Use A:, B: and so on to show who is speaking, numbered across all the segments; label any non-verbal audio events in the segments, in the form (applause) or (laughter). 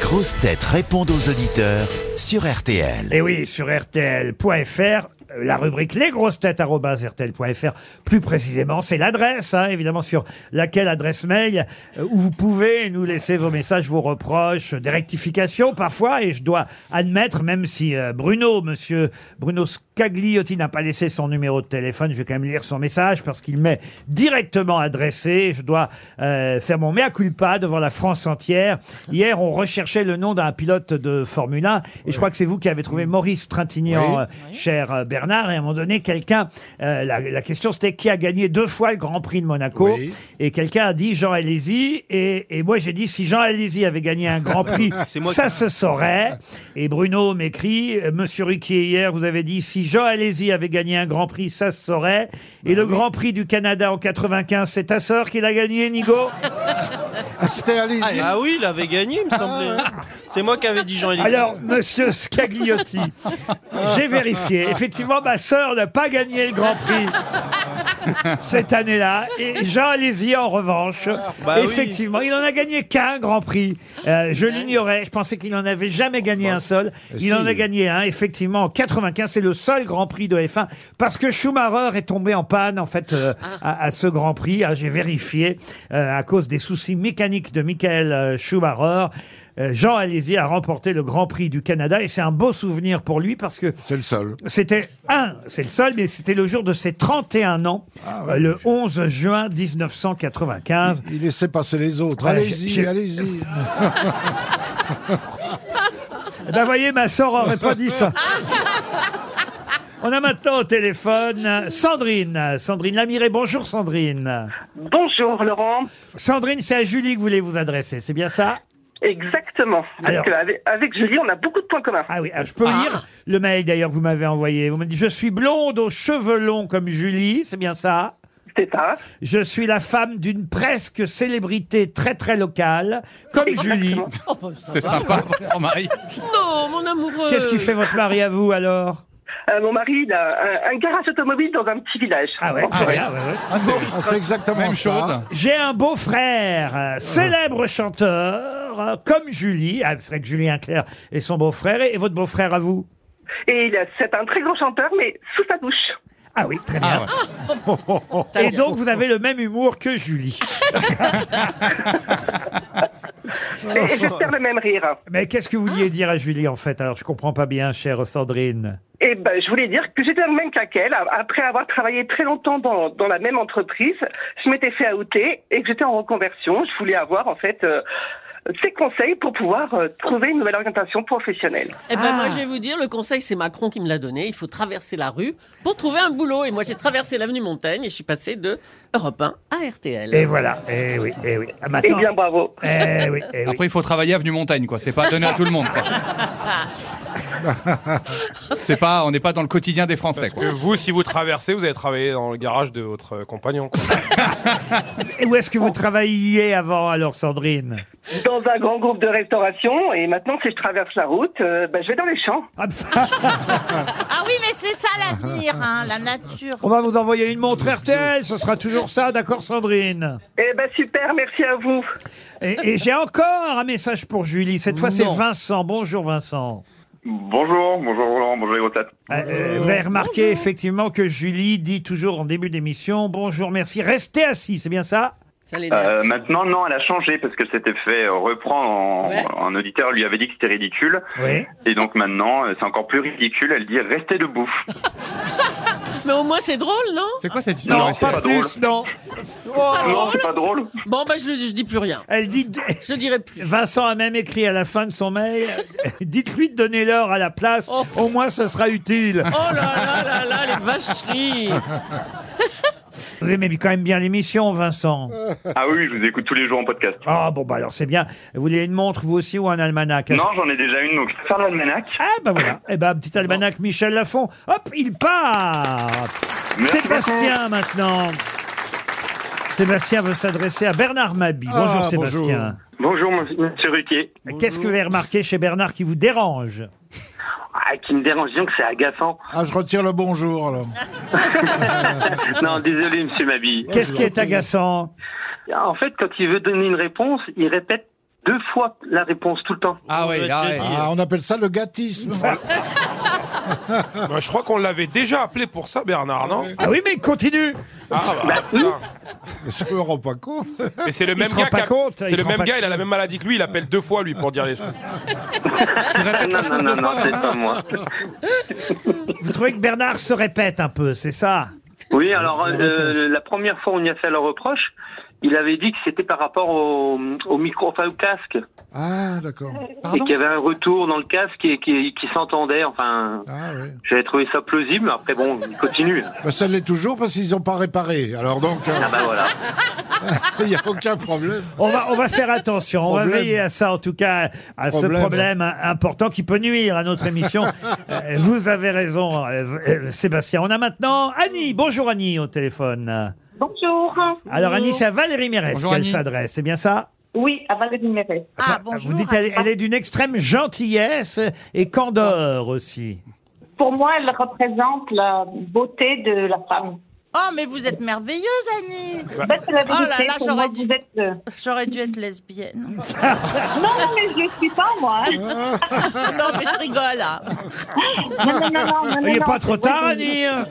A: grosses têtes répondent aux auditeurs sur RTL.
B: Et oui, sur RTL.fr, euh, la rubrique Les grosses têtes RTL.fr, plus précisément, c'est l'adresse, hein, évidemment, sur laquelle adresse mail, euh, où vous pouvez nous laisser vos messages, vos reproches, euh, des rectifications parfois, et je dois admettre, même si euh, Bruno, monsieur Bruno Scagliotti n'a pas laissé son numéro de téléphone, je vais quand même lire son message parce qu'il m'est directement adressé, je dois euh, faire mon mea culpa devant la France entière. Hier, on recherchait le nom d'un pilote de Formule 1 et je crois que c'est vous qui avez trouvé Maurice Trintignant,
C: Oui.
B: euh, cher euh, Bernard. Et à un moment donné, quelqu'un, euh, la, la question c'était qui a gagné deux fois le Grand Prix de Monaco
C: Oui.
B: Et quelqu'un a dit Jean Alési. Et, et moi, j'ai dit si Jean Alési avait gagné un Grand Prix,
C: (laughs) C'est moi
B: ça se saurait. Et Bruno m'écrit euh, Monsieur Riquier, hier, vous avez dit si Jean Alési avait gagné un Grand Prix, ça se saurait. Et
C: Bah
B: le Grand Prix du Canada en 95, c'est ta sœur qui l'a gagné, Nigo
D: C'était Alési.
E: Ah oui, il avait gagné, il me semblait. C'est moi qui avais dit Jean-Élie.
B: Alors, monsieur Scagliotti, j'ai vérifié. Effectivement, ma sœur n'a pas gagné le Grand Prix cette année-là.
E: (laughs)
B: Et Jean Alési, en revanche,
E: Bah oui.
B: effectivement, il n'en a gagné qu'un Grand Prix. Euh, je l'ignorais. Je pensais qu'il n'en avait jamais gagné
E: Bah,
B: un seul. Il
D: si.
B: en a gagné un, effectivement, en 95. C'est le seul Grand Prix de F1 parce que Schumacher est tombé en panne, en fait, euh, à, à ce Grand Prix. Ah, j'ai vérifié euh, à cause des soucis mécaniques de Michael euh, Schumacher. Euh, Jean Alési a remporté le Grand Prix du Canada et c'est un beau souvenir pour lui parce que
D: C'est le seul.
B: c'était un, c'est le seul, mais c'était le jour de ses 31 ans, euh, le 11 juin 1995.
D: Il laissait passer les autres.
B: Voilà, j'ai-
D: allez-y,
B: j'ai-
D: allez-y.
B: Eh Ben voyez, ma sœur aurait pas dit ça. On a maintenant au téléphone Sandrine. Sandrine Lamiré, bonjour Sandrine.
F: Bonjour Laurent.
B: Sandrine, c'est à Julie que vous voulez vous adresser, c'est bien ça
F: Exactement. Parce
B: Alors.
F: que avec, avec Julie, on a beaucoup de points communs.
B: Ah oui, ah, je peux lire le mail d'ailleurs que vous m'avez envoyé. Vous me dites, je suis blonde aux cheveux longs comme Julie, c'est bien ça
F: C'est ça. hein.
B: Je suis la femme d'une presque célébrité très très locale, comme Julie.
F: Exactement.
G: C'est sympa pour son mari.
H: Non, mon amoureux.
B: Qu'est-ce qui fait votre mari à vous alors
F: Euh, mon mari, il a un, un garage automobile dans un petit village.
B: Ah ouais, très
G: Ah ouais.
B: bien, ouais, ouais.
D: On fait exactement
G: Même
D: ça. Ah
G: chose.
B: J'ai un beau frère, euh, célèbre chanteur, euh, comme Julie. Ah, c'est vrai que Julien Clerc est son beau-frère. Et, et votre beau-frère à vous
F: Et il a- c'est un très grand chanteur, mais sous sa douche.
B: Ah oui, très bien. Ah et donc, vous avez le même humour que Julie.
F: Et, et j'espère le même rire.
B: Mais qu'est-ce que vous vouliez dire à Julie, en fait Alors, je comprends pas bien, chère Sandrine.
F: Et ben, je voulais dire que j'étais dans le même cas qu'elle. A- Après avoir travaillé très longtemps dans, dans la même entreprise, je m'étais fait outer et que j'étais en reconversion. Je voulais avoir, en fait, euh, ses conseils pour pouvoir euh, trouver une nouvelle orientation professionnelle.
H: Eh ben, moi, je vais vous dire, le conseil, c'est Macron qui me l'a donné. Il faut traverser la rue pour trouver un boulot. Et moi, j'ai traversé l'avenue Montaigne et je suis passé de Europe 1 à RTL.
B: Et voilà. Et oui, et oui. Ah,
F: Eh
B: maintenant-
F: bien, bravo.
B: Eh oui, eh oui.
G: Après, il faut travailler avenue Montagne, quoi. C'est pas donné à tout le monde. quoi. C'est pas, on n'est pas dans le quotidien des Français,
C: Parce
G: quoi.
C: que vous, si vous traversez, vous allez travailler dans le garage de votre euh, compagnon. quoi.
B: Et où est-ce que vous travailliez avant, alors, Sandrine
F: dans un grand groupe de restauration et maintenant si je traverse la route, euh, ben, je vais dans les champs.
B: Ah,
I: Ah oui, mais c'est ça l'avenir, hein,
F: (laughs)
I: la nature.
B: On va vous envoyer une montre RTL, ce sera toujours ça, d'accord, Sandrine
F: Eh ben super, merci à vous.
B: Et, et j'ai encore un message pour Julie. Cette fois, c'est Vincent. Bonjour, Vincent.
J: Bonjour, bonjour Roland, bonjour les grosses têtes.
B: Euh, euh, vous avez remarqué effectivement que Julie dit toujours en début d'émission bonjour, merci, restez assis, c'est bien ça
H: Ça les
J: Euh, maintenant, non, elle a changé parce qu'elle s'était fait euh, reprendre en,
H: Ouais.
J: en auditeur, lui avait dit que c'était ridicule.
B: Oui.
J: Et donc maintenant, euh, c'est encore plus ridicule, elle dit restez debout.
H: Mais au moins, c'est drôle, non
G: C'est quoi cette histoire
B: Non,
G: Aristide
B: pas,
J: pas
B: plus, non.
J: non, c'est pas drôle.
H: Bon, ben, je, le- je dis plus rien.
B: Elle dit. (laughs)
H: Je dirai plus.
B: Vincent a même écrit à la fin de son mail (laughs) Dites-lui de donner l'heure à la place,
H: Oh.
B: au moins ce sera utile.
H: Oh là là là là, les vacheries
B: Vous aimez quand même bien l'émission, Vincent.
J: Ah oui, je vous écoute tous les jours en podcast.
B: Ah bon, bah alors c'est bien. Vous voulez une montre, vous aussi, ou un almanach
J: Non, j'en ai déjà une, donc je vais faire l'almanach.
B: Ah bah voilà, eh ben petit almanach Michel Lafon, hop, il part
J: Merci
B: Sébastien maintenant Sébastien veut s'adresser à Bernard Mabi.
D: Ah,
B: bonjour
D: bonjour.
B: Sébastien.
J: Bonjour, monsieur Ruquier.
B: Qu'est-ce que vous avez remarqué chez Bernard qui vous dérange
J: Ah, qui me dérange, donc c'est agaçant.
D: Ah, je retire le bonjour alors.
J: Non, désolé, monsieur Mabille.
B: Qu'est-ce qui est agaçant
J: En fait, quand il veut donner une réponse, il répète
F: deux fois la réponse tout le temps.
G: Ah ouais,
E: l'a
G: ah
E: déjà
G: ouais.
E: dit.
D: Ah, on appelle ça le gâtisme. (laughs)
C: Bah, je crois qu'on l'avait déjà appelé pour ça, Bernard, non
B: Ah oui, mais il continue
C: Ah, bah, putain.
D: Je me rends pas compte.
C: Mais c'est le même
B: se rend
C: gars.
B: pas
C: qui a-
B: compte, il
C: C'est
B: se
C: le
B: rend
C: même
B: pas
C: gars. Il a la même maladie que lui. Il appelle deux fois lui pour dire les choses.
J: Non, non, non, non, c'est pas moi.
B: Vous trouvez que Bernard se répète un peu, c'est ça
J: Oui, alors euh, la première fois où on y a fait le reproche, il avait dit que c'était par rapport au, au micro, enfin au casque,
D: Ah, d'accord.
J: et qu'il y avait un retour dans le casque qui, qui, qui s'entendait. Enfin,
D: Ah, oui.
J: j'avais trouvé ça plausible, mais après bon, il continue.
D: Bah, ça l'est toujours parce qu'ils n'ont pas réparé. Alors donc, euh, (laughs)
J: Ah bah voilà.
D: il n'y a aucun problème.
B: on va, on va faire attention, on va
D: Problème.
B: veiller à ça en tout cas, à ce
D: Problème.
B: problème hein, important qui peut nuire à notre émission. Euh, Vous avez raison, euh, euh, Sébastien. On a maintenant Annie. Bonjour Annie au téléphone.
F: Bonjour.
B: Alors Annie, c'est à Valérie Mérès
G: Bonjour,
B: qu'elle
G: Annie.
B: s'adresse, c'est bien ça
F: Oui, à Valérie Mérès.
I: Ah,
B: Enfin,
I: bonjour.
B: Vous dites elle, est- elle
I: Annie.
B: est d'une extrême gentillesse et candeur aussi.
F: Ah, Pour moi, elle représente la beauté de la femme.
I: Oh, mais vous êtes merveilleuse, Annie.
F: Ben, c'est la
I: Oh là
F: vérité,
I: là,
F: pour
I: j'aurais
F: moi,
I: dû-
F: vous êtes, euh,
I: J'aurais dû être lesbienne.
F: Non, non, mais je ne suis pas, moi.
B: Ah.
F: hein.
I: non, mais je rigole. là.
F: Non, non, non, non, non,
B: Il n'est
F: non,
B: pas
F: c'est
B: trop
F: vrai,
B: tard
F: je-
B: Annie hein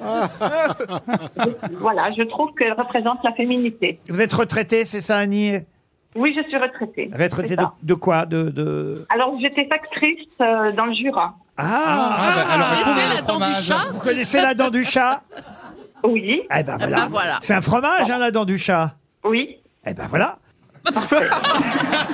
B: (laughs)
F: Voilà, je trouve qu'elle représente la féminité.
B: Vous êtes retraitée, c'est ça Annie
F: Oui, je suis retraitée.
B: Retraitée
F: C'est
B: de,
F: ça.
B: de quoi de, de...
F: Alors, j'étais factrice euh, dans le Jura.
B: Ah,
G: Ah, bah, alors,
H: Et c'est la
G: le
H: dent du
I: Ah,
G: fromage.
H: chat
B: Vous connaissez la dent du chat
F: Oui,
B: Eh ben voilà.
I: ben voilà.
B: C'est un fromage, hein, la dent du chat.
F: oui.
B: Eh ben voilà.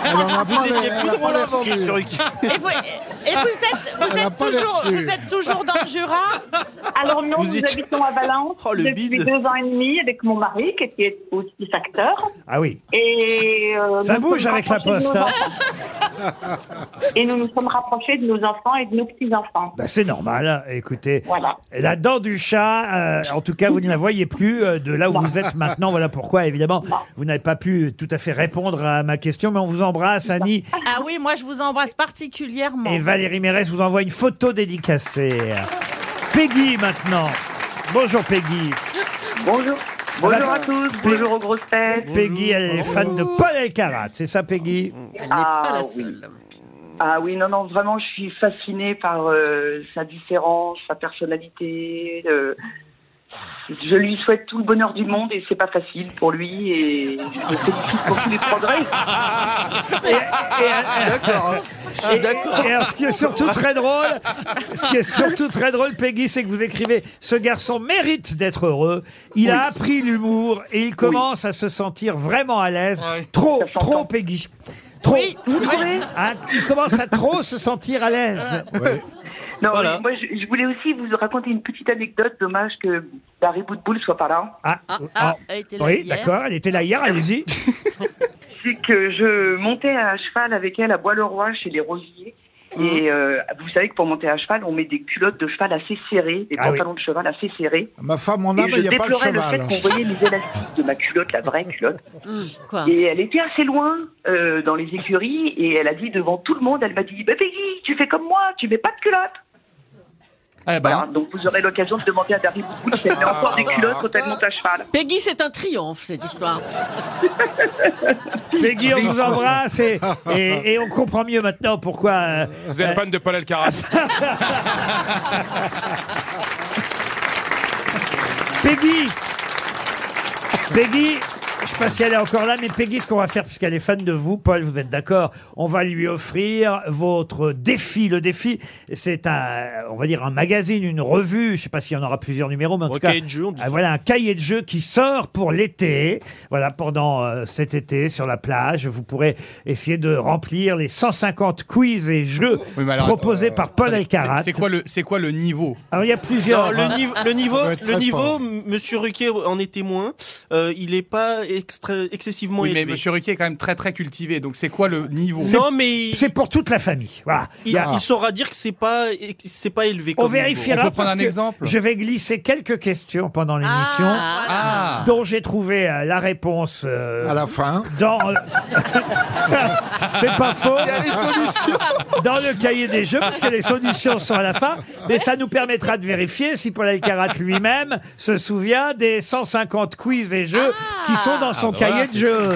D: Elle en a pas
E: Vous étiez
D: l'air- elle
E: plus
D: a pas
E: drôle
D: l'air
E: avant,
D: sûre.
E: monsieur Ruquier.
I: Et vous, et vous êtes, vous
D: Elle a
I: êtes
D: pas l'air
I: toujours,
D: sûre.
I: vous êtes toujours dans le Jura
F: Alors, non,
E: Vous
F: nous
E: étiez-
F: habitons à Valence
E: Oh, le
F: depuis
E: bide.
F: deux ans et demi avec mon mari, qui était aussi facteur.
B: Ah oui.
F: Et, euh,
B: Ça
F: nous
B: bouge
F: sommes
B: avec la
F: rapprochés de
B: poste,
F: nos
B: hein.
F: enfants. et nous nous sommes rapprochés de nos enfants et de nos petits-enfants.
B: Bah, c'est normal. hein. Écoutez,
F: Voilà.
B: la dent du chat, euh, en tout cas, vous ne la voyez plus euh, de là où vous êtes maintenant. Voilà pourquoi, évidemment,
F: Bah.
B: vous n'avez pas pu tout à fait répondre à ma question, mais on vous embrasse, Annie.
I: Ah oui, moi je vous embrasse particulièrement.
B: Et Valérie Mérès vous envoie une photo dédicacée. Peggy, maintenant. Bonjour, Peggy.
F: Bonjour.
B: Bonjour à
F: tous,
B: bonjour
F: aux grosses têtes.
B: Peggy, elle est fan de Paul Elkarat. C'est ça, Peggy
H: Elle n'est pas
F: Ah,
H: la
F: oui.
H: seule.
F: Ah oui, non, non, vraiment, je suis fascinée par euh, sa différence, sa personnalité. euh, je lui souhaite tout le bonheur du monde et c'est pas facile pour lui et je le félicite pour tous les progrès. Ah,
B: Et, et alors, ce qui est surtout très drôle, ce qui est surtout très drôle, Peggy, c'est que vous écrivez ce garçon mérite d'être heureux. Il a appris l'humour et il commence à se sentir vraiment à l'aise. Trop,
F: Ça s'entend.
B: trop, Peggy. Trop.
F: Vous trouvez
B: Ah, il commence à trop se sentir à l'aise.
F: Non,
E: Voilà.
F: mais moi, je, je voulais aussi vous raconter une petite anecdote. Dommage que Barry Boudboul soit pas là.
B: Ah,
I: Ah,
B: ah,
I: ah, elle était là
B: oui,
I: hier.
B: d'accord, elle était là hier, allez-y.
F: C'est que je montais à cheval avec elle à Bois-le-Roi chez les Rosiers. Et euh, vous savez que pour monter à cheval, on met des culottes de cheval assez serrées, des
B: Ah oui.
F: pantalons de cheval assez serrés.
D: Ma femme en a,
F: Et
D: mais
F: je
D: il n'y a pas le
F: déplorais le fait
D: cheval. hein.
F: qu'on voyait les élastiques de ma culotte, la vraie culotte.
H: Mmh, Quoi
F: Et elle était assez loin euh, dans les écuries et elle a dit devant tout le monde, elle m'a dit bah, Peggy, tu fais comme moi, tu mets pas de culotte.
G: Eh ben,
F: Donc vous aurez l'occasion de demander à Darry Boudboul si elle met encore des culottes quand elle monte à cheval.
H: Peggy, c'est un triomphe, cette histoire.
I: Ah,
B: Peggy, on vous embrasse et, et- et on comprend mieux maintenant pourquoi. euh,
C: Vous êtes fan de Paul Alcaraz.
B: Peggy Peggy je sais pas si elle est encore là, mais Peggy, ce qu'on va faire, puisqu'elle est fan de vous, Paul, vous êtes d'accord, on va lui offrir votre défi. Le défi, c'est un, on va dire un magazine, une revue, je sais pas s'il y en aura plusieurs numéros, mais en
E: Un
B: tout cas,
E: cahier de jeu, on dit
B: ah,
E: ça.
B: voilà un cahier de jeu qui sort pour l'été. Voilà, pendant euh, cet été sur la plage, vous pourrez essayer de remplir les 150 quiz et jeux
G: Oui, mais alors, euh,
B: proposés par Paul Elkarat.
G: c'est- c'est quoi le, c'est quoi le niveau
B: Alors, il y a plusieurs.
E: Non, le, niveau, le niveau,
D: doit être
E: le
D: très
E: niveau,
D: fort.
E: m- Monsieur Ruquier en est témoin. euh, il est pas extra- excessivement
G: Oui, mais
E: élevé.
G: Monsieur Ruquier est quand même très très cultivé, donc c'est quoi le niveau
E: Non, mais il,
B: C'est pour toute la famille. Voilà. Il y a-
E: il saura dire que c'est pas, c'est pas élevé.
B: On
E: comme niveau.
B: vérifiera.
G: Ah. On peut
B: parce
G: prendre un
B: que
G: exemple
B: Je vais glisser quelques questions pendant l'émission
G: Ah,
B: dont j'ai trouvé euh, la réponse euh,
D: hein, À la fin.
B: dans. euh, (laughs) C'est pas faux.
D: (laughs)
B: Dans le cahier des jeux, parce que les solutions sont à la fin, mais ça nous permettra de vérifier si Paul Alcarat lui-même se souvient des 150 quiz et jeux qui sont dans son cahier de jeu.